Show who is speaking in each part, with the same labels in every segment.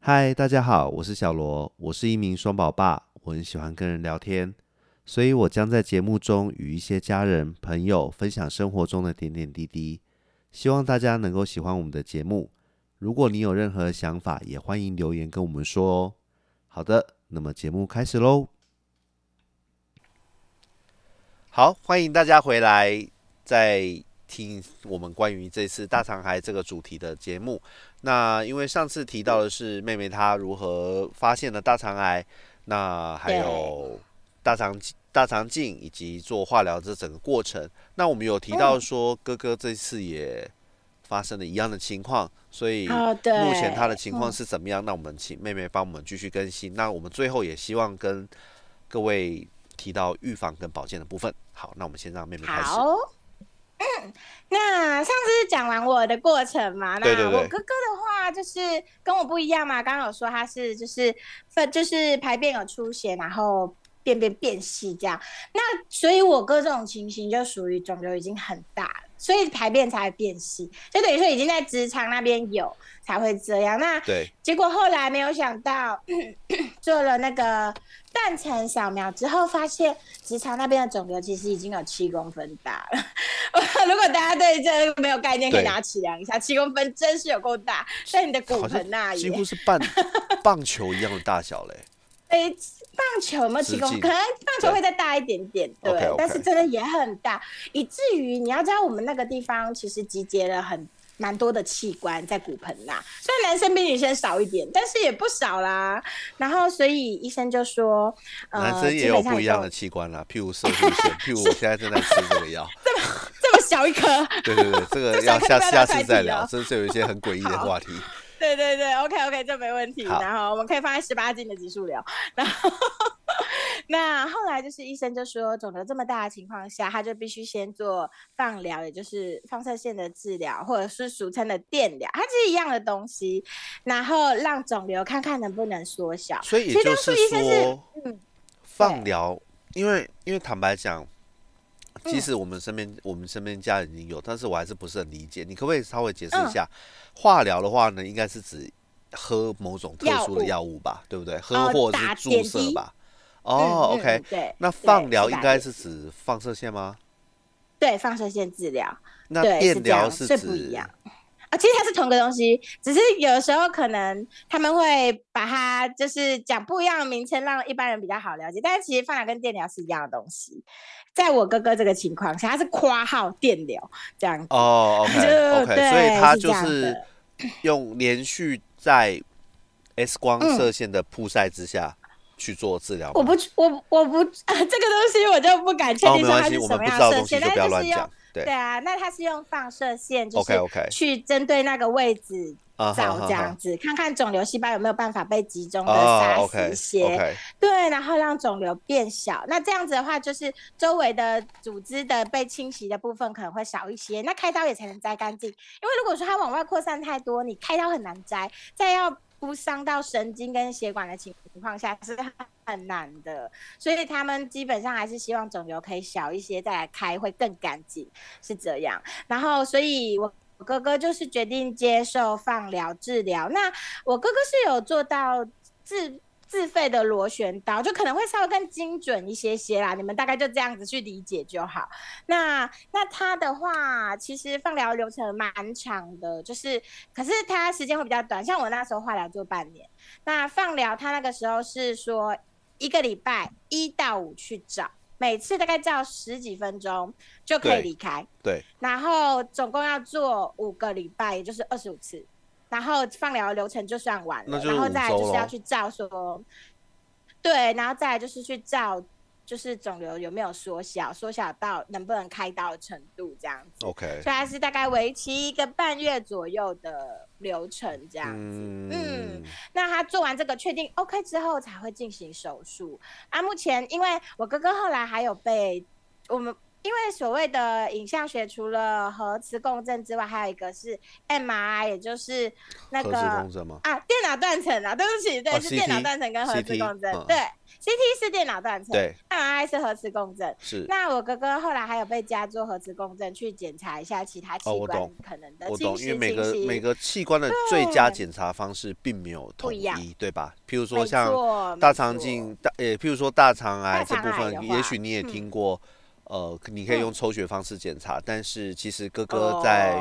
Speaker 1: 嗨，大家好，我是小罗，我是一名双宝爸，我很喜欢跟人聊天，所以我将在节目中与一些家人、朋友分享生活中的点点滴滴，希望大家能够喜欢我们的节目。如果你有任何想法，也欢迎留言跟我们说哦。好的，那么节目开始喽。好，欢迎大家回来，在听我们关于这次大肠癌这个主题的节目。那因为上次提到的是妹妹她如何发现了大肠癌，那还有大肠大肠镜以及做化疗这整个过程。那我们有提
Speaker 2: 哦
Speaker 1: 到说哥哥这次也发生了一样的情况，所以
Speaker 2: 哦，对，
Speaker 1: 目前他的情况是怎么样？那我们请妹妹帮我们继续更新。那我们最后也希望跟各位提到预防跟保健的部分。好，那我们先让妹妹开始。
Speaker 2: 好。嗯，那上次讲完我的过程嘛，那
Speaker 1: 对对对
Speaker 2: 我哥哥的话就是跟我不一样嘛，刚刚有说他是就是粪就是排便有出血，然后便便变细这样，那所以我哥这种情形就属于肿瘤已经很大了，所以排便才会变细，就等于说已经在直肠那边有才会这样。那
Speaker 1: 对，
Speaker 2: 结果后来没有想到， 做了那个断层扫描之后，发现直肠那边的肿瘤其实已经有七公分大了。 如果大家对这个没有概念，可以
Speaker 1: 对
Speaker 2: 拿尺量一下，七公分真是有够大，在你的骨
Speaker 1: 好
Speaker 2: 盆那
Speaker 1: 像
Speaker 2: 里
Speaker 1: 几。乎是 半棒球一样的大小嘞。
Speaker 2: 诶，棒球有没有七公
Speaker 1: 直径
Speaker 2: 分？可能棒球会再大一点点，对
Speaker 1: OK，OK
Speaker 2: 但是真的也很大，以至于你要知道，我们那个地方其实集结了很蛮多的器官在骨盆啦。虽然男生比女生少一点，但是也不少啦。然后，所以医生就说，呃，
Speaker 1: 男生也
Speaker 2: 基
Speaker 1: 有
Speaker 2: 本上
Speaker 1: 不一
Speaker 2: 也
Speaker 1: 样
Speaker 2: 都
Speaker 1: 的器官啦，譬如射护 腺，譬如我现在正在吃这个药。
Speaker 2: 这么小一颗，
Speaker 1: 对对对，这个
Speaker 2: 这
Speaker 1: 要下
Speaker 2: 小看不
Speaker 1: 下
Speaker 2: 到
Speaker 1: 次
Speaker 2: 太
Speaker 1: 再
Speaker 2: 低
Speaker 1: 聊，
Speaker 2: 哦
Speaker 1: 这这有一些很诡异的
Speaker 2: 好
Speaker 1: 话题。
Speaker 2: 对对对，OK OK，这没问题。
Speaker 1: 好
Speaker 2: 然后我们可以放在十八禁的集数聊。 然后那后来就是医生就说，肿瘤这么大的情况下，他就必须先做放疗，也就是放射线的治疗，或者是俗称的电疗，它是一样的东西。然后让肿瘤看看能不能缩小。
Speaker 1: 所以也
Speaker 2: 所
Speaker 1: 就
Speaker 2: 以当初
Speaker 1: 是
Speaker 2: 医生是
Speaker 1: 说，
Speaker 2: 嗯
Speaker 1: 放
Speaker 2: 对
Speaker 1: 疗，因为因为坦白讲，即
Speaker 2: 嗯
Speaker 1: 使我们身边我们身边家人已经有，但是我还是不是很理解。你可不可以稍微解释一
Speaker 2: 嗯
Speaker 1: 下？化疗的话呢，应该是指喝某种特
Speaker 2: 药
Speaker 1: 殊的
Speaker 2: 物
Speaker 1: 药物吧，对不对？喝
Speaker 2: 哦
Speaker 1: 或者
Speaker 2: 打
Speaker 1: 是注
Speaker 2: 点
Speaker 1: 射
Speaker 2: 滴
Speaker 1: 吧。
Speaker 2: 嗯
Speaker 1: 哦
Speaker 2: 嗯
Speaker 1: ，OK
Speaker 2: 嗯。对
Speaker 1: 那
Speaker 2: 对
Speaker 1: 放疗
Speaker 2: 是
Speaker 1: 应
Speaker 2: 打
Speaker 1: 该
Speaker 2: 点
Speaker 1: 是指放射线吗？
Speaker 2: 对放射线治疗。
Speaker 1: 那
Speaker 2: 对，是
Speaker 1: 电
Speaker 2: 这样
Speaker 1: 疗是
Speaker 2: 所
Speaker 1: 指
Speaker 2: 以不一样啊，其实它是同个东西，只是有的时候可能他们会把它就是讲不一样的名称，让一般人比较好了解。但是其实放疗跟电疗是一样的东西，在我哥哥这个情况下，他是括号电疗这样子。
Speaker 1: 哦，OK
Speaker 2: 就
Speaker 1: OK，
Speaker 2: 对
Speaker 1: 所以它
Speaker 2: 是这
Speaker 1: 就
Speaker 2: 样
Speaker 1: 是
Speaker 2: 的
Speaker 1: 用连续在 X 光
Speaker 2: 嗯
Speaker 1: 射线的曝晒之下去做治疗吗。
Speaker 2: 我不，我我不、啊， 这个东西我就不敢确
Speaker 1: 哦，
Speaker 2: 定
Speaker 1: 没
Speaker 2: 说
Speaker 1: 关
Speaker 2: 它
Speaker 1: 系，
Speaker 2: 是
Speaker 1: 我
Speaker 2: 什
Speaker 1: 们
Speaker 2: 么
Speaker 1: 不知
Speaker 2: 样
Speaker 1: 道的
Speaker 2: 的射
Speaker 1: 东西
Speaker 2: 线，
Speaker 1: 就不
Speaker 2: 但
Speaker 1: 要
Speaker 2: 是就
Speaker 1: 乱
Speaker 2: 是用
Speaker 1: 讲。对
Speaker 2: 对啊，那它是用放射线，就是
Speaker 1: OK，OK
Speaker 2: 去针对那个位置
Speaker 1: 啊哈
Speaker 2: 找
Speaker 1: 哈
Speaker 2: 这
Speaker 1: 哈
Speaker 2: 样子，看看肿瘤细胞有没有办法被集中的
Speaker 1: 啊
Speaker 2: 杀死
Speaker 1: ，OK
Speaker 2: 一些。
Speaker 1: OK，
Speaker 2: 对，然后让肿瘤变小。那这样子的话，就是周围的组织的被清洗的部分可能会少一些，那开刀也才能摘干净。因为如果说它往外扩散太多，你开刀很难摘，再要不伤到神经跟血管的情况下是很难的。所以他们基本上还是希望肿瘤可以小一些，再来开会更干净，是这样。然后，所以我。我哥哥就是决定接受放疗治疗。那我哥哥是有做到自自费的螺旋刀，就可能会稍微更精准一些些啦。你们大概就这样子去理解就好。那那他的话，其实放疗流程蛮长的，就是可是他时间会比较短。像我那时候化疗做半年，那放疗他那个时候是说一个礼拜一到五去找，每次大概照十几分钟就可
Speaker 1: 对
Speaker 2: 以离开。
Speaker 1: 对，
Speaker 2: 然后总共要做五个礼拜，也就是二十五次。然后放疗流程就算完
Speaker 1: 那
Speaker 2: 了，
Speaker 1: 就是
Speaker 2: 然后
Speaker 1: 五
Speaker 2: 再来
Speaker 1: 周
Speaker 2: 就是要
Speaker 1: 咯
Speaker 2: 去照说，对，然后再来就是去照，就是肿瘤有没有缩小，缩小到能不能开刀的程度这样子。
Speaker 1: OK，
Speaker 2: 所以它是大概为期一个半月左右的流程这样子。嗯，那他做完这个确定 OK 之后，才会进行手术。啊，目前因为我哥哥后来还有被我们因为所谓的影像学，除了核磁共振之外，还有一个是 MRI，也就是那
Speaker 1: 核
Speaker 2: 个
Speaker 1: 磁共振吗？
Speaker 2: 啊，电脑断层啊，对不起，对，
Speaker 1: 哦
Speaker 2: 是
Speaker 1: CT
Speaker 2: 电脑断层跟核磁
Speaker 1: CT
Speaker 2: 共振，
Speaker 1: 嗯
Speaker 2: 对，CT 是电脑断层，
Speaker 1: 对，
Speaker 2: ，MRI 是核磁共振。
Speaker 1: 是。
Speaker 2: 那我哥哥后来还有被加做核磁共振，去检查一下其他器
Speaker 1: 哦我
Speaker 2: 官
Speaker 1: 懂
Speaker 2: 可能的
Speaker 1: 我
Speaker 2: 侵
Speaker 1: 懂，因为
Speaker 2: 蚀、
Speaker 1: 每
Speaker 2: 侵
Speaker 1: 个每
Speaker 2: 袭，
Speaker 1: 个器官的最佳
Speaker 2: 对
Speaker 1: 检查方式并没有
Speaker 2: 嗯不
Speaker 1: 统
Speaker 2: 一样
Speaker 1: 一，对吧？譬如说
Speaker 2: 没
Speaker 1: 像
Speaker 2: 错，
Speaker 1: 大
Speaker 2: 没
Speaker 1: 肠
Speaker 2: 错，
Speaker 1: 镜大，呃，譬如说大肠癌这
Speaker 2: 大肠
Speaker 1: 部
Speaker 2: 癌的
Speaker 1: 分，也
Speaker 2: 话
Speaker 1: 许你也
Speaker 2: 嗯
Speaker 1: 听过，呃，你可以
Speaker 2: 嗯
Speaker 1: 用抽血方式检查，但是其实哥哥在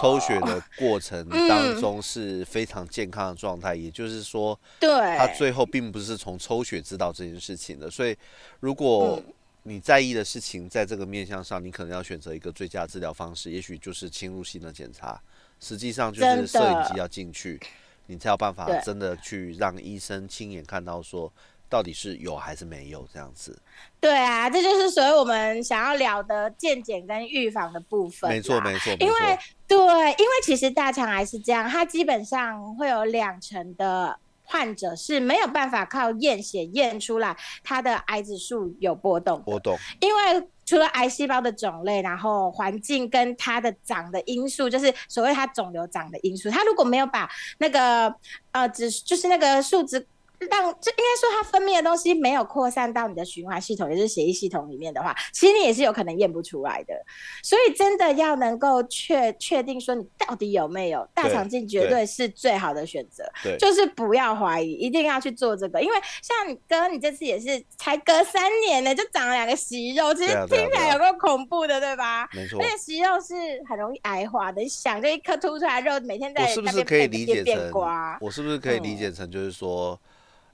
Speaker 1: 抽血
Speaker 2: 哦
Speaker 1: 的过程当中是非常健康的状态，也就是说
Speaker 2: 对，
Speaker 1: 他最后并不是从抽血知道这件事情的，所以如果
Speaker 2: 嗯
Speaker 1: 你在意的事情在这个面向上，你可能要选择一个最佳治疗方式，也许就是侵入性的检查，实际上就
Speaker 2: 真
Speaker 1: 是
Speaker 2: 的
Speaker 1: 摄影机要进去，你才有办法
Speaker 2: 对
Speaker 1: 真的去让医生亲眼看到说到底是有还是没有这样子。
Speaker 2: 对啊，这就是所谓我们想要聊的健检跟预防的部分啦。
Speaker 1: 没错，没错，没
Speaker 2: 因
Speaker 1: 错。
Speaker 2: 为对，因为其实大肠癌是这样，它基本上会有两成的患者是没有办法靠验血验出来他的癌指数有波动的
Speaker 1: 我懂，
Speaker 2: 因为除了癌细胞的种类，然后环境跟它的长的因素，就是所谓它肿瘤长的因素。它如果没有把那个呃指就是那个数值让，就应该说它分泌的东西没有扩散到你的循环系统，也就是血液系统里面的话，其实你也是有可能验不出来的。所以真的要能够确确定说你到底有没有大
Speaker 1: 对
Speaker 2: 肠镜，绝
Speaker 1: 对
Speaker 2: 对是最好的选择。
Speaker 1: 对，
Speaker 2: 就是不要怀疑，一定要去做这个，因为像你哥，你这次也是才隔三年呢，就长了两个息肉，其实
Speaker 1: 对啊对啊
Speaker 2: 听起来有够恐怖的，对吧？
Speaker 1: 没错
Speaker 2: 而。且息肉是很容易癌化的，你想这一颗凸出来的肉，每天在
Speaker 1: 我是不
Speaker 2: 那
Speaker 1: 是
Speaker 2: 边
Speaker 1: 可以
Speaker 2: 变
Speaker 1: 理
Speaker 2: 变
Speaker 1: 解
Speaker 2: 变
Speaker 1: 成
Speaker 2: 瓜？？
Speaker 1: 我是不是可以理
Speaker 2: 嗯
Speaker 1: 解成就是说，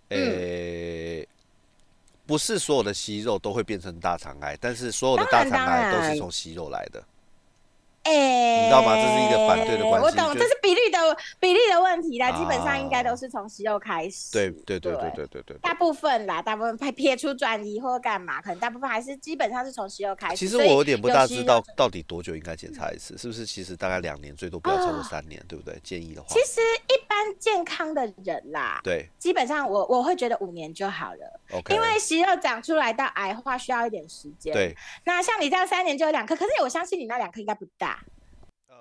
Speaker 2: 嗯
Speaker 1: 诶、不是所有的息肉都会变成大肠癌，但是所有的大
Speaker 2: 当然
Speaker 1: 肠癌
Speaker 2: 当
Speaker 1: 都是
Speaker 2: 然
Speaker 1: 从息肉来的。
Speaker 2: 哎、
Speaker 1: 你知道吗这是一个反对的关系
Speaker 2: 我懂，
Speaker 1: 就
Speaker 2: 这是比例的比例的问题啦，
Speaker 1: 啊
Speaker 2: 基本上应该都是从息肉开始。
Speaker 1: 对对对对
Speaker 2: 对
Speaker 1: 对对对
Speaker 2: 大部分啦，大部分撇撇除转移或干嘛，可能大部分还是基本上是从息肉开始。
Speaker 1: 其实
Speaker 2: 所
Speaker 1: 我
Speaker 2: 以
Speaker 1: 有点不大
Speaker 2: 有息
Speaker 1: 知
Speaker 2: 肉
Speaker 1: 道到底多久应该检查一次，是不是？其实大概两年，最多不要超过
Speaker 2: 啊
Speaker 1: 三年，对不对？建议的话
Speaker 2: 其，实一般健康的人啦，
Speaker 1: 对
Speaker 2: 基本上我我会觉得五年就好了，
Speaker 1: ，OK，
Speaker 2: 因为息肉长出来到癌化需要一点时间。，
Speaker 1: 对，
Speaker 2: 那像你这样三年就有两颗，可是我相信你那两颗应该不大，
Speaker 1: 呃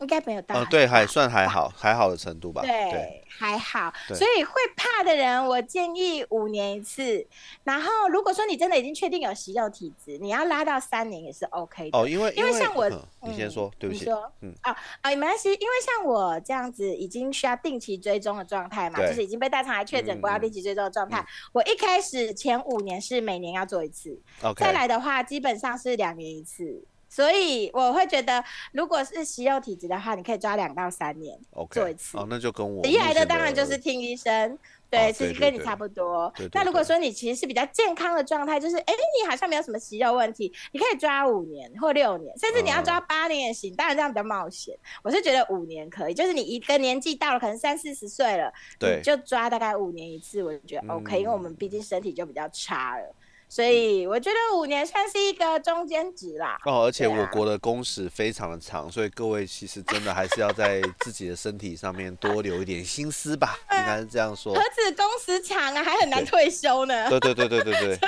Speaker 2: 应该没有大。
Speaker 1: 呃，对，还算还好，还好的程度吧。对，
Speaker 2: 对，还好。
Speaker 1: 对
Speaker 2: 所以会怕的人，我建议五年一次。然后，如果说你真的已经确定有息肉体质，你要拉到三年也是 OK 的。
Speaker 1: 哦，因为
Speaker 2: 因为像我
Speaker 1: 嗯你先
Speaker 2: 嗯
Speaker 1: 说，对不
Speaker 2: 你
Speaker 1: 起，
Speaker 2: 说，
Speaker 1: 嗯
Speaker 2: 啊啊，没关系，因为像我这样子已经需要定期追踪的状态嘛，
Speaker 1: 对
Speaker 2: 就是已经被大肠癌确诊
Speaker 1: 嗯
Speaker 2: 过要
Speaker 1: 嗯
Speaker 2: 定期追踪的状态。我一开始前五年是每年要做一次，
Speaker 1: ，OK，
Speaker 2: 再来的话基本上是两年一次。所以我会觉得，如果是息肉体质的话，你可以抓两到三年。
Speaker 1: OK，
Speaker 2: 做一次
Speaker 1: 哦，那就跟我
Speaker 2: 遗癌
Speaker 1: 目
Speaker 2: 的
Speaker 1: 前啊
Speaker 2: 当然就是听医生，对，其
Speaker 1: 对
Speaker 2: 实
Speaker 1: 对
Speaker 2: 跟你
Speaker 1: 对
Speaker 2: 差不多
Speaker 1: 对对。
Speaker 2: 那如果
Speaker 1: 对
Speaker 2: 说你其实是比较健康的状态，就是哎，你好像没有什么息肉问题，你可以抓五年或六年，甚至
Speaker 1: 哦
Speaker 2: 你要抓八年也行。当然这样比较冒险，我是觉得五年可以，就是你一个年纪到了，可能三四十岁了，
Speaker 1: 对嗯
Speaker 2: 你就抓大概五年一次，我就觉得 OK，因为我们毕竟身体就比较差了，所以我觉得五年算是一个中间值啦。
Speaker 1: 哦，而且
Speaker 2: 对啊
Speaker 1: 我国的工时非常的长，所以各位其实真的还是要在自己的身体上面多留一点心思吧，应该是这样说
Speaker 2: 何。止工时长啊，还很难
Speaker 1: 对
Speaker 2: 退休呢。
Speaker 1: 对对对对对对，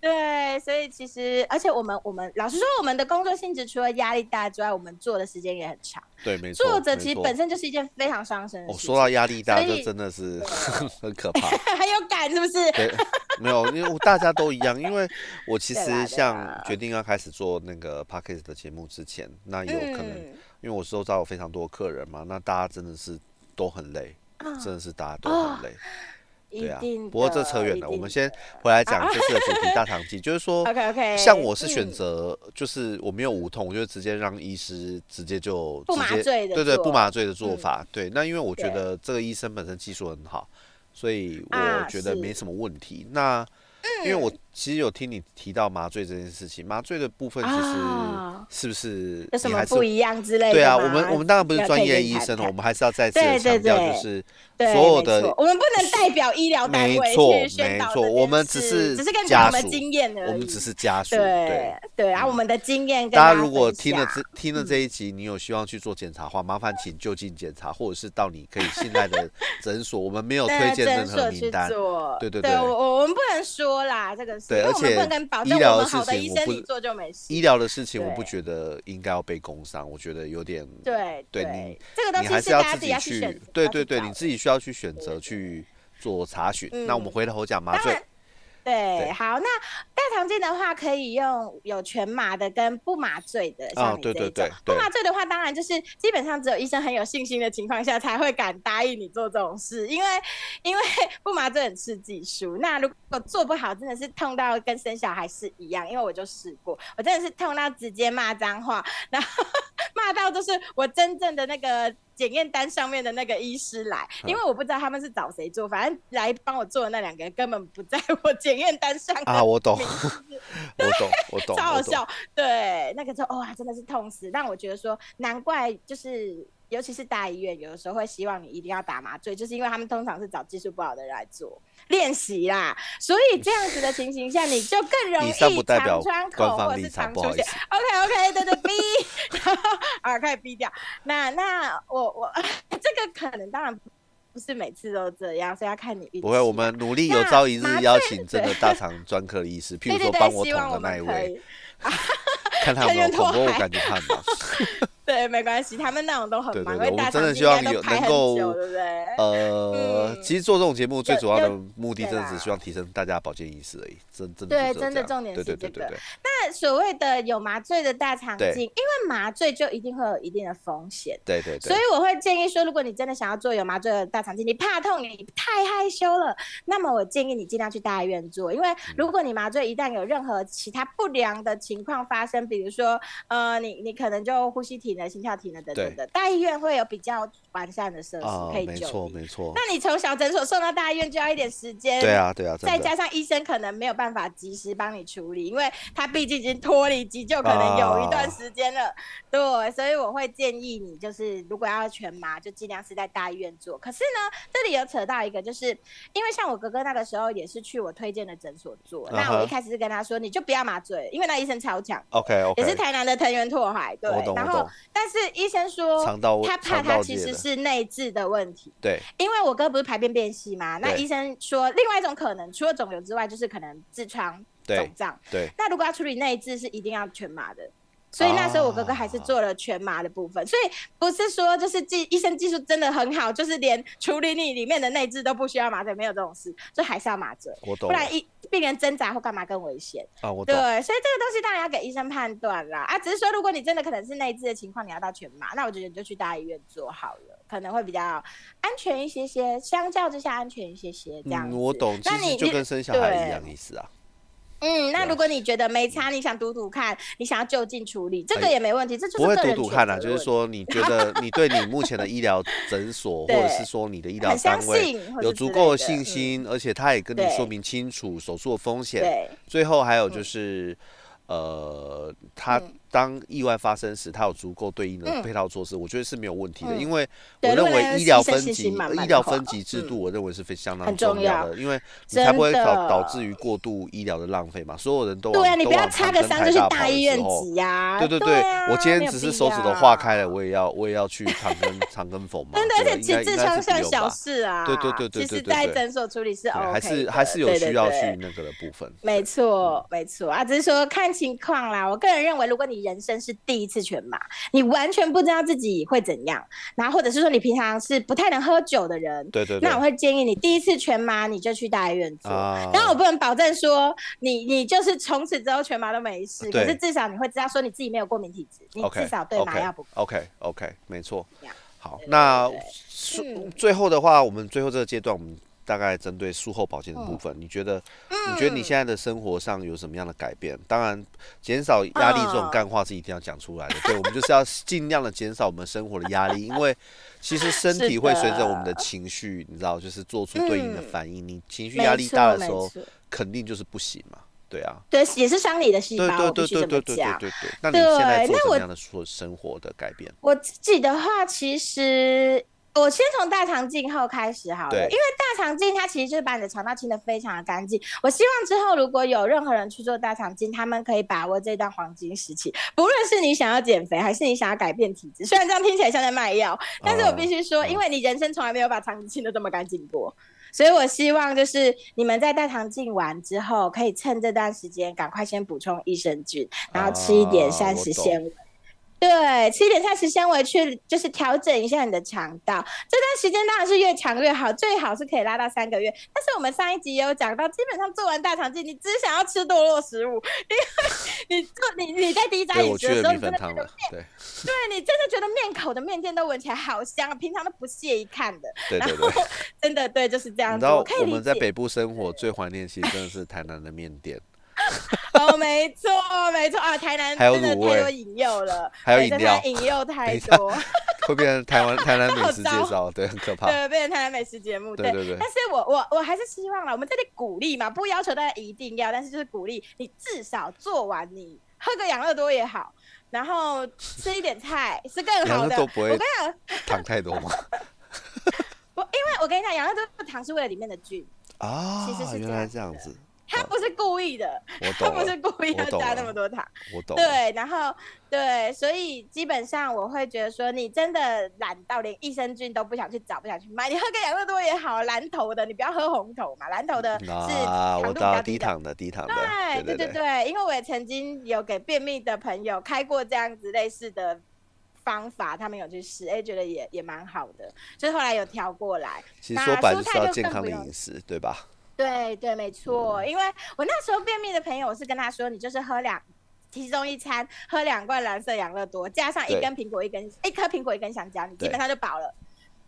Speaker 2: 对，所以其实，而且我们我们老实说，我们的工作性质除了压力大之外，我们做的时间也很长。
Speaker 1: 对，没错。
Speaker 2: 作者
Speaker 1: 没
Speaker 2: 其实
Speaker 1: 错
Speaker 2: 本身就是一件非常伤身的
Speaker 1: 哦，
Speaker 2: 事
Speaker 1: 说
Speaker 2: 情，
Speaker 1: 到压力大，
Speaker 2: 所
Speaker 1: 这
Speaker 2: 以
Speaker 1: 真的是 很可怕。
Speaker 2: 很有感，是不是？
Speaker 1: 对，没有，因为我大家都一样，因为我其
Speaker 2: 对啦
Speaker 1: 实
Speaker 2: 对
Speaker 1: 像
Speaker 2: 啦
Speaker 1: 决定要开始做那个 p a c k a g e 的节目之前，那 有可能
Speaker 2: 嗯
Speaker 1: 因为我周遭有非常多的客人嘛，那大家真的是都很累，
Speaker 2: 啊
Speaker 1: 真的是大家都很
Speaker 2: 啊
Speaker 1: 累。
Speaker 2: 一
Speaker 1: 对啊
Speaker 2: 定的。，
Speaker 1: 不过这扯远
Speaker 2: 一
Speaker 1: 了，我们
Speaker 2: 定啊
Speaker 1: 先回来讲这次的主 题大肠镜，就是说，
Speaker 2: OK，OK，
Speaker 1: 像我是选
Speaker 2: 嗯
Speaker 1: 择，就是我没有无痛，我就直接让医师直接就
Speaker 2: 不
Speaker 1: 直
Speaker 2: 麻
Speaker 1: 接
Speaker 2: 醉的
Speaker 1: 对对，不
Speaker 2: 做
Speaker 1: 麻醉的做
Speaker 2: 嗯
Speaker 1: 法，对，那因为我觉
Speaker 2: 对
Speaker 1: 得这个医生本身技术很好，所以我
Speaker 2: 啊
Speaker 1: 觉得
Speaker 2: 是嗯
Speaker 1: 没什么问题。那因为我其实有听你提到麻醉这件事情，麻醉的部分其实
Speaker 2: 啊
Speaker 1: 是不是
Speaker 2: 有什
Speaker 1: 你
Speaker 2: 么
Speaker 1: 还是
Speaker 2: 不一样之类的
Speaker 1: 对啊，
Speaker 2: 吗
Speaker 1: 我们我们当然不是
Speaker 2: 要
Speaker 1: 专
Speaker 2: 可以
Speaker 1: 业
Speaker 2: 跟你
Speaker 1: 医
Speaker 2: 谈
Speaker 1: 生了，哦
Speaker 2: 谈
Speaker 1: 我们还是要再次地
Speaker 2: 对对
Speaker 1: 强调，
Speaker 2: 对
Speaker 1: 就是
Speaker 2: 对
Speaker 1: 所有
Speaker 2: 没
Speaker 1: 的
Speaker 2: 错我们不能代表医疗单
Speaker 1: 没
Speaker 2: 位
Speaker 1: 错
Speaker 2: 去宣
Speaker 1: 没
Speaker 2: 导
Speaker 1: 错
Speaker 2: 这件
Speaker 1: 我们
Speaker 2: 事
Speaker 1: 只是
Speaker 2: 只是跟你
Speaker 1: 家
Speaker 2: 讲我们
Speaker 1: 属
Speaker 2: 经验而已。
Speaker 1: 我们只是家属，嗯
Speaker 2: 对对，然后我们的经验跟
Speaker 1: 大家
Speaker 2: 家
Speaker 1: 如果
Speaker 2: 分
Speaker 1: 听了
Speaker 2: 享
Speaker 1: 这听
Speaker 2: 嗯
Speaker 1: 了这一集，你有希望去做检查的话，麻烦请就近检查，或者是到你 可以信赖的诊所。我们没有
Speaker 2: 那
Speaker 1: 哦推荐任
Speaker 2: 诊
Speaker 1: 何
Speaker 2: 所
Speaker 1: 名
Speaker 2: 去
Speaker 1: 单，
Speaker 2: 做，
Speaker 1: 对对
Speaker 2: 对，
Speaker 1: 对
Speaker 2: 我我我们不能说说啦，这个是，
Speaker 1: 对
Speaker 2: 因为我
Speaker 1: 而
Speaker 2: 们
Speaker 1: 且
Speaker 2: 不能跟保
Speaker 1: 医
Speaker 2: 证
Speaker 1: 疗
Speaker 2: 我
Speaker 1: 的
Speaker 2: 们
Speaker 1: 事
Speaker 2: 好的
Speaker 1: 情
Speaker 2: 医
Speaker 1: 我
Speaker 2: 生
Speaker 1: 不
Speaker 2: 你做就没事。
Speaker 1: 医疗的事情，我不
Speaker 2: 对
Speaker 1: 觉得应该要被工伤，我觉得有点，
Speaker 2: 对
Speaker 1: 对你
Speaker 2: 对，这个东
Speaker 1: 你还
Speaker 2: 西
Speaker 1: 是
Speaker 2: 大家
Speaker 1: 自
Speaker 2: 自己要去
Speaker 1: 去
Speaker 2: 选择，，
Speaker 1: 对
Speaker 2: 要
Speaker 1: 对
Speaker 2: 去
Speaker 1: 对，
Speaker 2: 找
Speaker 1: 你自己需要去选择去做查询。那我们
Speaker 2: 嗯
Speaker 1: 回头讲麻
Speaker 2: 当
Speaker 1: 醉
Speaker 2: 然，对
Speaker 1: 对，
Speaker 2: 好，那大肠镜的话，可以用有全麻的跟不麻醉的，像你这
Speaker 1: 哦对
Speaker 2: 一
Speaker 1: 对
Speaker 2: 种。
Speaker 1: 对
Speaker 2: 不
Speaker 1: 对
Speaker 2: 麻醉的话，当然就是基本上只有医生很有信心的情况下才会敢答应你做这种事，因为 因为不麻醉很吃技术。那如果做不好，真的是痛到跟生小孩是一样，因为我就试过，我真的是痛到直接骂脏话，然后 骂到就是我真正的那个。检验单上面的那个医师来，
Speaker 1: 嗯
Speaker 2: 因为我不知道他们是找谁做，反正来帮我做的那两个人根本不在我检验单上的
Speaker 1: 啊，我懂，
Speaker 2: 名字
Speaker 1: 我懂，我懂，
Speaker 2: 超好
Speaker 1: 我懂。
Speaker 2: 笑。对，那个时候哇，真的是痛死，让我觉得说，难怪就是，尤其是大医院，有的时候会希望你一定要打麻醉，就是因为他们通常是找技术不好的人来做练习啦。所以这样子的情形下，你就更容
Speaker 1: 以上
Speaker 2: 易
Speaker 1: 不代表
Speaker 2: 常穿
Speaker 1: 官
Speaker 2: 口或
Speaker 1: 方
Speaker 2: 者
Speaker 1: 立
Speaker 2: 是
Speaker 1: 场，
Speaker 2: 常
Speaker 1: 不
Speaker 2: 出
Speaker 1: 好意
Speaker 2: 现
Speaker 1: 思。。
Speaker 2: OK OK，对对逼， 然后啊开始逼掉。那那我我 这个可能当然不是每次都这样，所以要看你运气。
Speaker 1: 不会，我们努力有
Speaker 2: 那
Speaker 1: 朝一日
Speaker 2: 麻
Speaker 1: 邀
Speaker 2: 醉
Speaker 1: 请真的
Speaker 2: 对
Speaker 1: 大肠专科的医师，譬
Speaker 2: 对
Speaker 1: 如
Speaker 2: 对
Speaker 1: 说帮
Speaker 2: 对，
Speaker 1: 我
Speaker 2: 希
Speaker 1: 捅
Speaker 2: 望我
Speaker 1: 的那一
Speaker 2: 们可
Speaker 1: 位，
Speaker 2: 以。
Speaker 1: 看他有没有
Speaker 2: 看愿
Speaker 1: 捅。
Speaker 2: 拓
Speaker 1: 不过我
Speaker 2: 海
Speaker 1: 敢去看嘛。
Speaker 2: 对，没关系，他们那种都很
Speaker 1: 对对
Speaker 2: 忙，
Speaker 1: 对
Speaker 2: 因为大
Speaker 1: 我们真
Speaker 2: 场
Speaker 1: 的
Speaker 2: 景
Speaker 1: 希望
Speaker 2: 应该
Speaker 1: 有
Speaker 2: 都拍
Speaker 1: 能
Speaker 2: 很
Speaker 1: 够
Speaker 2: 久，对不对？
Speaker 1: 呃，
Speaker 2: 嗯
Speaker 1: 其实做这种节目最
Speaker 2: 有
Speaker 1: 主要的
Speaker 2: 有
Speaker 1: 目的，真的
Speaker 2: 对
Speaker 1: 只
Speaker 2: 啦
Speaker 1: 希望提升大家的保健意识而已。真真的
Speaker 2: 对
Speaker 1: 就只有
Speaker 2: 真的
Speaker 1: 这样
Speaker 2: 重点
Speaker 1: 对
Speaker 2: 是
Speaker 1: 对对
Speaker 2: 这
Speaker 1: 对
Speaker 2: 个
Speaker 1: 对，
Speaker 2: 那所谓的有麻醉的大场
Speaker 1: 对
Speaker 2: 景，因为麻醉就一定会有一定的风险。
Speaker 1: 对对
Speaker 2: 所
Speaker 1: 对
Speaker 2: 以。我会建议说，如果你真的想要做有麻醉的大肠镜，你怕痛，你太害羞了，那么我建议你尽量去大医院做，因为
Speaker 1: 嗯
Speaker 2: 如果你麻醉一旦有任何其他不良的情况发生，比如说呃，你你可能就呼吸停了、心跳停了等等的，大医院会有比较完善的设施
Speaker 1: 啊
Speaker 2: 可，以
Speaker 1: 没
Speaker 2: 救
Speaker 1: 错
Speaker 2: 你。
Speaker 1: 没错，
Speaker 2: 那你从小诊所送到大医院就要一点时间，
Speaker 1: 对啊对啊，真
Speaker 2: 再
Speaker 1: 的
Speaker 2: 加上医生可能没有办法及时帮你处理，因为他毕竟已经脱离急救，可能有一段时间了。
Speaker 1: 啊
Speaker 2: 对，所以我会建议你，就是如果要全麻，就尽量是在大医院做。可是呢，这里有扯到一个，就是因为像我哥哥那个时候也是去我推荐的诊所做，
Speaker 1: 啊
Speaker 2: 那
Speaker 1: 哈
Speaker 2: 我一开始是跟他说，你就不要麻醉，因为那医生超强。
Speaker 1: OK
Speaker 2: 也是
Speaker 1: OK，
Speaker 2: 台南的藤原拓海，对
Speaker 1: 我懂，
Speaker 2: 然
Speaker 1: 我
Speaker 2: 后
Speaker 1: 懂，
Speaker 2: 但是医生说
Speaker 1: 肠道
Speaker 2: 他怕
Speaker 1: 肠
Speaker 2: 他
Speaker 1: 道
Speaker 2: 其
Speaker 1: 界
Speaker 2: 实
Speaker 1: 的，
Speaker 2: 是内痔的问题，
Speaker 1: 对
Speaker 2: 因为我哥不是排便变细嘛，那
Speaker 1: 对
Speaker 2: 医生说另外一种可能，除了肿瘤之外，就是可能痔疮
Speaker 1: 对
Speaker 2: 肿胀。
Speaker 1: 对，
Speaker 2: 那如果要处理内痔，是一定要全麻的。所以
Speaker 1: 啊
Speaker 2: 那时候我哥哥还是做了全麻的部分，所以不是说就是技医生技术真的很好，就是连处理你里面的内痔都不需要麻醉，没有这种事，所以还是要麻醉，
Speaker 1: 我懂
Speaker 2: 不然一病人挣扎或干嘛更危险。
Speaker 1: 啊，我
Speaker 2: 对，
Speaker 1: 懂，
Speaker 2: 所以这个东西当然要给医生判断啦。啊，只是说如果你真的可能是内痔的情况，你要到全麻，那我觉得你就去大医院做好了，可能会比较安全一些些，相较之下安全一些些这样
Speaker 1: 嗯，
Speaker 2: 子。
Speaker 1: 我懂，其
Speaker 2: 那
Speaker 1: 实
Speaker 2: 你
Speaker 1: 就
Speaker 2: 你
Speaker 1: 跟生小孩一
Speaker 2: 对
Speaker 1: 样意思啊，
Speaker 2: 嗯，
Speaker 1: 对
Speaker 2: 那
Speaker 1: 啊
Speaker 2: 如果你觉得没差，你想赌赌看，你想要就近处理，这个
Speaker 1: 哎
Speaker 2: 也没问题，这就是
Speaker 1: 不会
Speaker 2: 个
Speaker 1: 赌
Speaker 2: 人
Speaker 1: 赌
Speaker 2: 选
Speaker 1: 看啦、
Speaker 2: 择
Speaker 1: 就是
Speaker 2: 的问题
Speaker 1: 说你觉得你对你目前的医疗诊 所或
Speaker 2: 对
Speaker 1: 者是说你的医疗
Speaker 2: 很相
Speaker 1: 单位
Speaker 2: 信或
Speaker 1: 有
Speaker 2: 是
Speaker 1: 足
Speaker 2: 之
Speaker 1: 够的
Speaker 2: 类的
Speaker 1: 信
Speaker 2: 嗯
Speaker 1: 心，而且他也跟你
Speaker 2: 对
Speaker 1: 说明清楚手术的风险。
Speaker 2: 对
Speaker 1: 最后还有就是，呃，他
Speaker 2: 嗯
Speaker 1: 当意外发生时，他有足够对应的
Speaker 2: 嗯
Speaker 1: 配套措施，我觉得是没有问题的，
Speaker 2: 嗯
Speaker 1: 因为
Speaker 2: 对
Speaker 1: 我
Speaker 2: 如
Speaker 1: 认
Speaker 2: 果
Speaker 1: 为
Speaker 2: 能
Speaker 1: 医疗
Speaker 2: 牺牲
Speaker 1: 分
Speaker 2: 信
Speaker 1: 级
Speaker 2: 心慢慢
Speaker 1: 医
Speaker 2: 的
Speaker 1: 疗
Speaker 2: 话
Speaker 1: 分级制
Speaker 2: 嗯
Speaker 1: 度，我认为是非相当
Speaker 2: 很
Speaker 1: 重
Speaker 2: 重
Speaker 1: 要
Speaker 2: 要
Speaker 1: 的，因为你才不会
Speaker 2: 真
Speaker 1: 导
Speaker 2: 的
Speaker 1: 导致于过度医疗的浪费嘛。所有人都往
Speaker 2: 对啊，你
Speaker 1: 都
Speaker 2: 不要
Speaker 1: 往
Speaker 2: 擦
Speaker 1: 长
Speaker 2: 个
Speaker 1: 征
Speaker 2: 伤
Speaker 1: 太
Speaker 2: 就去
Speaker 1: 大
Speaker 2: 大
Speaker 1: 跑的
Speaker 2: 医
Speaker 1: 时
Speaker 2: 院
Speaker 1: 候
Speaker 2: 挤呀。
Speaker 1: 对对
Speaker 2: 对啊，
Speaker 1: 对，我今天
Speaker 2: 没有
Speaker 1: 只是
Speaker 2: 必
Speaker 1: 手指头
Speaker 2: 要啊
Speaker 1: 化开了，我也要我也要去长根长根缝嘛。
Speaker 2: 真的，
Speaker 1: 这
Speaker 2: 而
Speaker 1: 个
Speaker 2: 且
Speaker 1: 啊应该
Speaker 2: 其实
Speaker 1: 应
Speaker 2: 痔
Speaker 1: 该
Speaker 2: 疮
Speaker 1: 是不
Speaker 2: 算
Speaker 1: 用
Speaker 2: 小
Speaker 1: 吧？
Speaker 2: 事啊，
Speaker 1: 对对对对
Speaker 2: 其
Speaker 1: 对
Speaker 2: 实
Speaker 1: 对
Speaker 2: 在
Speaker 1: 对
Speaker 2: 诊所处理是
Speaker 1: 对，
Speaker 2: OK，
Speaker 1: 还是
Speaker 2: 的
Speaker 1: 还是有
Speaker 2: 对对
Speaker 1: 需要
Speaker 2: 对
Speaker 1: 去那个的部分。
Speaker 2: 没错，没错啊，只是说看情况啦。我个人认为，如果你人生是第一次全麻，你完全不知道自己会怎样，然后或者是说你平常是不太能喝酒的人，
Speaker 1: 对对对，
Speaker 2: 那我会建议你第一次全麻你就去大医院做。
Speaker 1: 啊，
Speaker 2: 当然，我不能保证说你你就是从此之后全麻都没事，
Speaker 1: 啊对
Speaker 2: 可是至少你会知道说你自己没有过敏体质，你
Speaker 1: OK，
Speaker 2: 至少对麻药不
Speaker 1: OK OK，没错
Speaker 2: 这样。
Speaker 1: 好，
Speaker 2: 对对
Speaker 1: 那
Speaker 2: 对
Speaker 1: 术
Speaker 2: 嗯
Speaker 1: 最后的话，我们最后这个阶段，我们大概针对术后保健的部
Speaker 2: 哦
Speaker 1: 分，你觉得你
Speaker 2: 嗯
Speaker 1: 觉得你现在的生活上有什么样的改变？当然，减少压力这种
Speaker 2: 嗯
Speaker 1: 干话是一定要讲出来 的。对，我们就是要尽量的减少我们生活的压力，因为其实身体
Speaker 2: 是
Speaker 1: 会随着
Speaker 2: 的
Speaker 1: 我们的情绪，你知道，就是做出对应的
Speaker 2: 嗯
Speaker 1: 反应。你情绪
Speaker 2: 没
Speaker 1: 压力大
Speaker 2: 错
Speaker 1: 的时
Speaker 2: 没
Speaker 1: 候，
Speaker 2: 错
Speaker 1: 肯定就是不行嘛。对啊，
Speaker 2: 对，也是伤你的细
Speaker 1: 对
Speaker 2: 胞，
Speaker 1: 对
Speaker 2: 我必
Speaker 1: 对
Speaker 2: 须
Speaker 1: 对
Speaker 2: 这
Speaker 1: 对
Speaker 2: 么
Speaker 1: 对对
Speaker 2: 讲。
Speaker 1: 对对。那你现在做
Speaker 2: 对那
Speaker 1: 什么
Speaker 2: 我
Speaker 1: 样的说生活的改变？
Speaker 2: 我自己的话，其实我先从大肠镜后开始好了，
Speaker 1: 对
Speaker 2: 因为大肠镜它其实就是把你的肠道清的非常的干净。我希望之后如果有任何人去做大肠镜，他们可以把握这段黄金时期，不论是你想要减肥，还是你想要改变体质。虽然这样听起来像在卖药，但是我必须说，
Speaker 1: 嗯
Speaker 2: 因为你人生从来没有把肠子清的这么干净过。所以，我希望就是你们在大肠镜完之后，可以趁这段时间赶快先补充益生菌，然后吃一
Speaker 1: 啊
Speaker 2: 点膳食纤维。对，吃一点膳食纤维去，就是调整一下你的肠道。这段时间当然是越长越好，最好是可以拉到三个月。但是我们上一集也有讲到，基本上做完大肠镜，你只想要吃堕落食物，因为你做你你在第一张
Speaker 1: 对，
Speaker 2: 饮
Speaker 1: 我
Speaker 2: 食
Speaker 1: 去
Speaker 2: 的时
Speaker 1: 了
Speaker 2: 候，
Speaker 1: 米
Speaker 2: 你
Speaker 1: 粉
Speaker 2: 真的
Speaker 1: 汤了， 对
Speaker 2: 对你真的觉得面口的面店都闻起来好香，平常都不屑一看的。
Speaker 1: 对
Speaker 2: 然
Speaker 1: 对
Speaker 2: 后
Speaker 1: 对。
Speaker 2: 真的对，就是这
Speaker 1: 你
Speaker 2: 样子。
Speaker 1: 知道
Speaker 2: 啊可以
Speaker 1: 我
Speaker 2: 理
Speaker 1: 们在
Speaker 2: 解。
Speaker 1: 北部生活最怀念，其实真的是台南的面店，
Speaker 2: 哦，没错，没错啊，台南
Speaker 1: 还有
Speaker 2: 真的
Speaker 1: 卤
Speaker 2: 太
Speaker 1: 味
Speaker 2: 多引诱了，
Speaker 1: 还有
Speaker 2: 对
Speaker 1: 饮
Speaker 2: 在台
Speaker 1: 料
Speaker 2: 南引 诱太
Speaker 1: 一下
Speaker 2: 多。
Speaker 1: 会变成台湾台南美
Speaker 2: 好
Speaker 1: 食介
Speaker 2: 糟
Speaker 1: 绍，对，很可怕。
Speaker 2: 对，变成台南美食节目。
Speaker 1: 对对对
Speaker 2: 但是我我我还是希望啦，我们这里鼓励嘛，不要求大家一定要，但是就是鼓励你至少做完你，喝个养乐多也好，然后吃一点菜是更
Speaker 1: 杨
Speaker 2: 好
Speaker 1: 乐
Speaker 2: 的。
Speaker 1: 多不
Speaker 2: 我
Speaker 1: 会
Speaker 2: 跟你讲，
Speaker 1: 糖太多 吗？
Speaker 2: 我因为我跟你讲，养乐多的糖是为了里面的菌，
Speaker 1: 啊
Speaker 2: 其实，是
Speaker 1: 原
Speaker 2: 这
Speaker 1: 来
Speaker 2: 样
Speaker 1: 这样
Speaker 2: 子
Speaker 1: 子，
Speaker 2: 它不是故意的，
Speaker 1: 我
Speaker 2: 它
Speaker 1: 哦懂
Speaker 2: 不是
Speaker 1: 了，
Speaker 2: 故意
Speaker 1: 我
Speaker 2: 要
Speaker 1: 懂
Speaker 2: 加那
Speaker 1: 了
Speaker 2: 么多糖。
Speaker 1: 我懂了。
Speaker 2: 对，然后对，所以基本上我会觉得说，你真的懒到连益生菌都不想去找，不想去买，你喝个养乐多也好，蓝头的你不要喝红头嘛，蓝头 的是
Speaker 1: 啊，
Speaker 2: 糖度
Speaker 1: 我
Speaker 2: 比
Speaker 1: 知
Speaker 2: 较
Speaker 1: 道
Speaker 2: 低
Speaker 1: 低
Speaker 2: 的。
Speaker 1: 糖的低糖的，
Speaker 2: 对
Speaker 1: 对
Speaker 2: 对
Speaker 1: 对，
Speaker 2: 对，因为我也曾经有给便秘的朋友开过这样子类似的方法，他们有去试，哎，觉得也也蛮好的，就是后来有调过来。
Speaker 1: 其实说白了就是
Speaker 2: 那蔬菜
Speaker 1: 要
Speaker 2: 就
Speaker 1: 健
Speaker 2: 更
Speaker 1: 康
Speaker 2: 不
Speaker 1: 的
Speaker 2: 用
Speaker 1: 饮食，对吧？
Speaker 2: 对对，没错，因为我那时候便秘的朋友，我是跟他说，你就是喝两，其中一餐喝两罐蓝色养乐多，加上一
Speaker 1: 对
Speaker 2: 根苹果，一根一颗苹果，一根香蕉，你基
Speaker 1: 对哦
Speaker 2: 本上就饱了。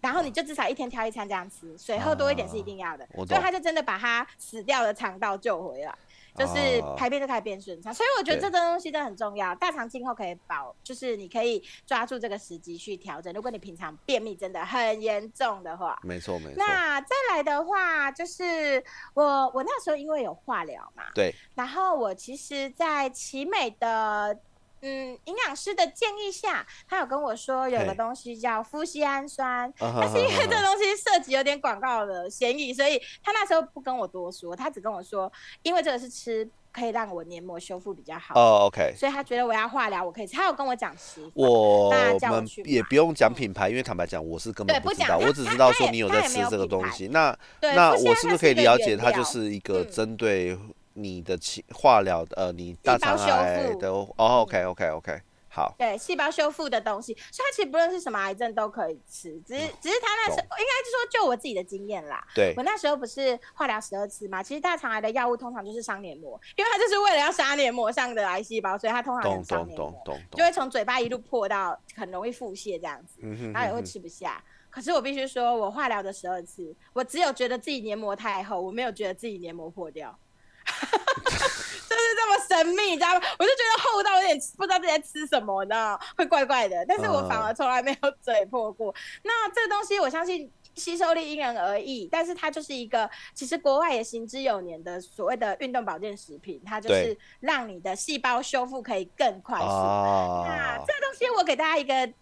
Speaker 2: 然后你就至少一天挑一餐这样吃，水喝多一点是一定要的。
Speaker 1: 我
Speaker 2: 所
Speaker 1: 懂
Speaker 2: 以他就真的把他死掉的肠道救回来，就是
Speaker 1: 啊
Speaker 2: 排便就开始变顺畅。所以我觉得
Speaker 1: 对
Speaker 2: 这个东西真的很重要，大肠镜后可以保，就是你可以抓住这个时机去调整。如果你平常便秘真的很严重的话，
Speaker 1: 没错没错，
Speaker 2: 那再来的话，就是我我那时候因为有化疗嘛，
Speaker 1: 对，
Speaker 2: 然后我其实，在奇美的嗯营养师的建议下，他有跟我说有个
Speaker 1: 嘿
Speaker 2: 东西叫麩酰 氨酸。
Speaker 1: 啊哈
Speaker 2: 但是因为
Speaker 1: 哈
Speaker 2: 这
Speaker 1: 哈
Speaker 2: 个东西涉及有点广告的嫌疑，所以他那时候不跟我多说，他只跟我说，因为这个是吃可以让我黏膜修复比较好，
Speaker 1: 哦，OK，
Speaker 2: 所以他觉得我要化疗我可以吃，他有跟我讲吃法。
Speaker 1: 我
Speaker 2: 那叫我
Speaker 1: 们
Speaker 2: 去
Speaker 1: 也
Speaker 2: 买
Speaker 1: 不用讲品牌，因为坦白讲，我是根
Speaker 2: 对
Speaker 1: 本
Speaker 2: 不
Speaker 1: 知
Speaker 2: 讲
Speaker 1: 道，
Speaker 2: 它
Speaker 1: 我只
Speaker 2: 它
Speaker 1: 知道
Speaker 2: 它
Speaker 1: 说
Speaker 2: 也
Speaker 1: 你有在
Speaker 2: 它也没
Speaker 1: 吃
Speaker 2: 有
Speaker 1: 这个
Speaker 2: 品
Speaker 1: 东
Speaker 2: 牌
Speaker 1: 西。那
Speaker 2: 对，
Speaker 1: 那
Speaker 2: 不
Speaker 1: 我
Speaker 2: 是
Speaker 1: 是
Speaker 2: 啊
Speaker 1: 不
Speaker 2: 它
Speaker 1: 可以
Speaker 2: 一个
Speaker 1: 了
Speaker 2: 原
Speaker 1: 解，它就
Speaker 2: 料
Speaker 1: 是一个
Speaker 2: 嗯
Speaker 1: 针对你的其化疗的呃，你大
Speaker 2: 细胞
Speaker 1: 肠
Speaker 2: 修
Speaker 1: 癌
Speaker 2: 复
Speaker 1: 的哦，OK OK OK，好，
Speaker 2: 对细胞修复的东西，所以它其实不论是什么癌症都可以吃，只是只是它那时候应该是说就我自己的经验啦，
Speaker 1: 嗯对
Speaker 2: 我那时候不是化疗十二次嘛，其实大肠癌的药物通常就是伤黏膜，因为它就是为了要杀黏膜上的癌细胞，所以它通常
Speaker 1: 懂
Speaker 2: 很伤
Speaker 1: 懂
Speaker 2: 黏
Speaker 1: 懂
Speaker 2: 膜，
Speaker 1: 懂
Speaker 2: 就
Speaker 1: 懂，
Speaker 2: 会从嘴巴一路破到很容易腹泻这样子，
Speaker 1: 嗯哼
Speaker 2: 然后也
Speaker 1: 哼
Speaker 2: 会
Speaker 1: 哼
Speaker 2: 吃不下。可是我必须说，我化疗的十二次，我只有觉得自己黏膜太厚，我没有觉得自己黏膜破掉。 就是这么神秘，你知道吗？我就觉得厚到有点不知道自己在吃什么，你知道吗会怪怪的。但是我反而从来没有嘴破过。 那这个东西，我相信吸收力因人而异，但是它就是一个其实国外也行之有年的所谓的运动保健食品，它就是
Speaker 1: 对
Speaker 2: 让你的细胞修复可以更快速。那
Speaker 1: 啊
Speaker 2: 这，个东西我给大家一个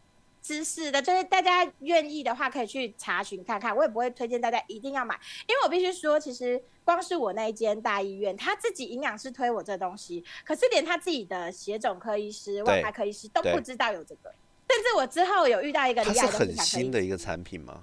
Speaker 2: 知识的，就是大家愿意的话可以去查询看看，我也不会推荐大家一定要买，因为我必须说，其实光是我那一间大医院，他自己营养师推我这东西，可是连他自己的血肿科医师、外科科医师都不
Speaker 1: 对
Speaker 2: 知道有这个。甚至我之后有遇到一个
Speaker 1: 它
Speaker 2: 离
Speaker 1: 是
Speaker 2: 癌的妇
Speaker 1: 很
Speaker 2: 产科医
Speaker 1: 新
Speaker 2: 师
Speaker 1: 的一个产品吗？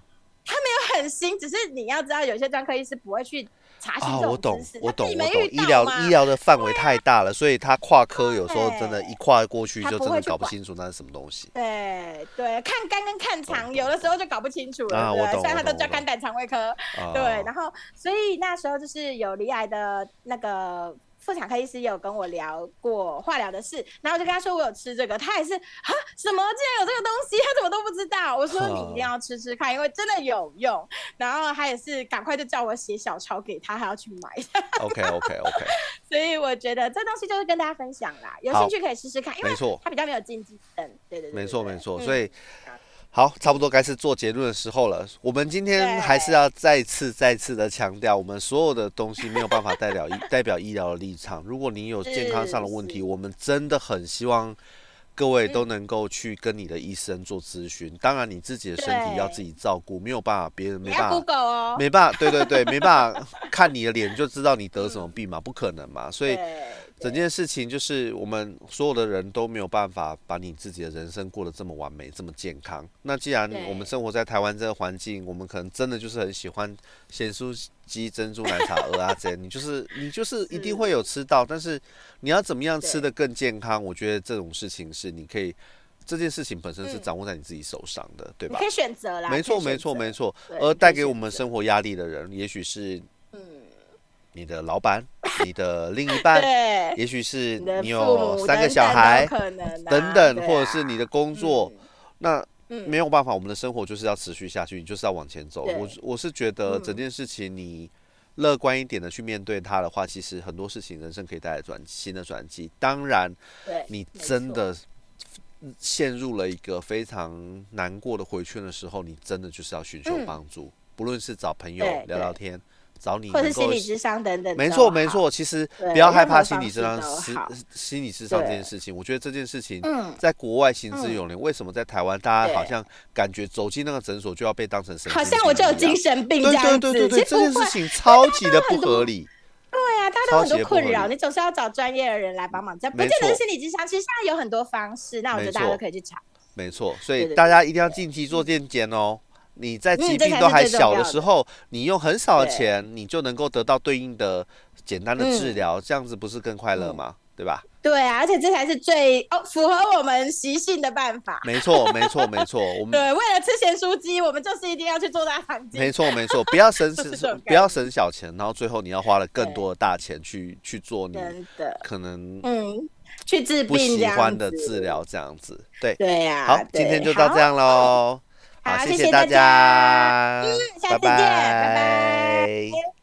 Speaker 2: 很新，只是你要知道，有些专科医师不会去查询
Speaker 1: 啊，
Speaker 2: 这
Speaker 1: 我
Speaker 2: 种
Speaker 1: 懂
Speaker 2: 知识，
Speaker 1: 我
Speaker 2: 他自
Speaker 1: 懂，
Speaker 2: 己
Speaker 1: 我
Speaker 2: 没
Speaker 1: 懂。
Speaker 2: 遇
Speaker 1: 医
Speaker 2: 到
Speaker 1: 疗
Speaker 2: 嘛
Speaker 1: 医疗的范围太大了，所以它跨科有时候真的，
Speaker 2: 对
Speaker 1: 一跨过去
Speaker 2: 它
Speaker 1: 就
Speaker 2: 不
Speaker 1: 真
Speaker 2: 会
Speaker 1: 的
Speaker 2: 去
Speaker 1: 搞不
Speaker 2: 管
Speaker 1: 清楚那是什么东西。
Speaker 2: 对对，看肝跟看肠，
Speaker 1: 懂
Speaker 2: 有的时候就搞不清楚了，
Speaker 1: 啊
Speaker 2: 对不
Speaker 1: 我
Speaker 2: 对？
Speaker 1: 懂
Speaker 2: 虽然
Speaker 1: 我
Speaker 2: 他都
Speaker 1: 懂
Speaker 2: 叫
Speaker 1: 我
Speaker 2: 肝胆肠胃科，
Speaker 1: 啊
Speaker 2: 对，然后所以那时候就是有离癌的那个妇产科医师也有跟我聊过化疗的事，然后我就跟他说我有吃这个，他也是啊什么竟然有这个东西，他怎么都不知道？我说
Speaker 1: 哈
Speaker 2: 你一定要吃吃看，因为真的有用。然后他也是赶快就叫我写小抄给他，还要去买。
Speaker 1: OK OK OK，
Speaker 2: 所以我觉得这东西就是跟大家分享啦，有
Speaker 1: 好
Speaker 2: 兴趣可以试试看，因为
Speaker 1: 没错
Speaker 2: 它比较没有禁忌症。对对对
Speaker 1: 没错没错，
Speaker 2: 以。嗯
Speaker 1: 所以。好，差不多该是做结论的时候了。我们今天还是
Speaker 2: 对
Speaker 1: 要再次、再次的强调，我们所有的东西没有办法代表医代表医疗的立场。如果你有健康上的问
Speaker 2: 是
Speaker 1: 题，我们真的很希望各位都能够去跟你的医生做咨询。当然，你自己的身体要自己照顾，没有办法，别人没
Speaker 2: 你
Speaker 1: 办
Speaker 2: 要
Speaker 1: 法，
Speaker 2: Google 哦。
Speaker 1: 没办法，对对对，没办法看你的脸就知道你得什么病嘛，不可能嘛。所以
Speaker 2: 对
Speaker 1: 整件事情就是我们所有的人都没有办法把你自己的人生过得这么完美、这么健康。那既然
Speaker 2: 对
Speaker 1: 我们生活在台湾这个环境，我们可能真的就是很喜欢咸酥鸡、珍珠奶茶、鹅啊这些，你就是你就是一定会有吃到，但是你要怎么样吃的更健康？我觉得这种事情是你可以，这件事情本身是
Speaker 2: 嗯
Speaker 1: 掌握在你自己手上的，对
Speaker 2: 你
Speaker 1: 吧
Speaker 2: 可？以选择啦。
Speaker 1: 没错，没错，没
Speaker 2: 错。
Speaker 1: 错。
Speaker 2: 对
Speaker 1: 而
Speaker 2: 你可以
Speaker 1: 带给我
Speaker 2: 选
Speaker 1: 们
Speaker 2: 择
Speaker 1: 生活压力的人，也许是
Speaker 2: 嗯，
Speaker 1: 你的老板、你的另一 半。
Speaker 2: 对，
Speaker 1: 也许是
Speaker 2: 你的
Speaker 1: 你
Speaker 2: 父
Speaker 1: 有
Speaker 2: 母
Speaker 1: 三
Speaker 2: 等
Speaker 1: 个小
Speaker 2: 等
Speaker 1: 孩
Speaker 2: 都可能啊
Speaker 1: 等等，
Speaker 2: 对
Speaker 1: 或者
Speaker 2: 啊
Speaker 1: 是你的工作，那
Speaker 2: 嗯
Speaker 1: 没有办法，我们的生活就是要持续下去，你就是要往前走。
Speaker 2: 对嗯
Speaker 1: 我我是觉得整件事情你乐观一点的去面对它的话，其实很多事情人生可以带来转新的转机。当然，
Speaker 2: 对，
Speaker 1: 你
Speaker 2: 没
Speaker 1: 真
Speaker 2: 错
Speaker 1: 的陷入了一个非常难过的回圈的时候，你真的就是要寻求
Speaker 2: 嗯
Speaker 1: 帮助，不论是找朋友
Speaker 2: 对
Speaker 1: 聊聊
Speaker 2: 对
Speaker 1: 天，找你
Speaker 2: 或
Speaker 1: 能
Speaker 2: 是心
Speaker 1: 够
Speaker 2: 理智商等等都好，
Speaker 1: 没错，没错。其实
Speaker 2: 对
Speaker 1: 不要害
Speaker 2: 任何
Speaker 1: 怕心
Speaker 2: 方
Speaker 1: 理
Speaker 2: 式
Speaker 1: 智商
Speaker 2: 都
Speaker 1: 师
Speaker 2: 好
Speaker 1: 心理智商这
Speaker 2: 对
Speaker 1: 件事情，我觉得这件事情
Speaker 2: 嗯
Speaker 1: 在国外行之有年，为什么在台湾大家好
Speaker 2: 对
Speaker 1: 像感觉走进那个诊所就要被当成神
Speaker 2: 好
Speaker 1: 经
Speaker 2: 像我就有
Speaker 1: 病一
Speaker 2: 精
Speaker 1: 样
Speaker 2: 神病这
Speaker 1: 对对
Speaker 2: 样子。
Speaker 1: 对对对，
Speaker 2: 其实
Speaker 1: 这件
Speaker 2: 不会
Speaker 1: 事情超级的不合理。
Speaker 2: 对啊，大家都
Speaker 1: 超
Speaker 2: 很
Speaker 1: 级
Speaker 2: 多
Speaker 1: 不合
Speaker 2: 困扰，
Speaker 1: 理
Speaker 2: 你总是要找专业的人来帮忙，这不
Speaker 1: 没
Speaker 2: 见得是
Speaker 1: 错
Speaker 2: 心理智商，其实现在有很多方式，那我
Speaker 1: 没
Speaker 2: 觉得大家
Speaker 1: 错
Speaker 2: 都可以去查。
Speaker 1: 没错，所
Speaker 2: 对
Speaker 1: 以
Speaker 2: 对
Speaker 1: 大家一定要定期做健检哦。你在疾
Speaker 2: 嗯这
Speaker 1: 病
Speaker 2: 才
Speaker 1: 都
Speaker 2: 是
Speaker 1: 还
Speaker 2: 最重
Speaker 1: 小的
Speaker 2: 要
Speaker 1: 时
Speaker 2: 的
Speaker 1: 候，你用很少的
Speaker 2: 对
Speaker 1: 钱，你就能够得到对应的简单的治
Speaker 2: 嗯
Speaker 1: 疗，这样子不是更快乐
Speaker 2: 嗯
Speaker 1: 吗？对吧？
Speaker 2: 对啊，而且这才是最哦符合我们习性的办法。
Speaker 1: 没错，没错，没错。我们
Speaker 2: 对，为了吃咸酥鸡，我们就是一定要去做大肠镜。
Speaker 1: 嗯没错没错，不要省
Speaker 2: 就是这种
Speaker 1: 不要省小钱，然后最后你要花了更多的大钱去去做你
Speaker 2: 真的，
Speaker 1: 可能
Speaker 2: 嗯，去治
Speaker 1: 不
Speaker 2: 病这
Speaker 1: 喜
Speaker 2: 样
Speaker 1: 欢的
Speaker 2: 子
Speaker 1: 治。疗这样子。对，
Speaker 2: 对呀、
Speaker 1: 好，
Speaker 2: 对
Speaker 1: 今天就到
Speaker 2: 好
Speaker 1: 这样喽。
Speaker 2: 好
Speaker 1: 好，
Speaker 2: 谢嗯
Speaker 1: 谢
Speaker 2: 谢
Speaker 1: 大
Speaker 2: 大家
Speaker 1: 家，
Speaker 2: 下次见拜拜
Speaker 1: 拜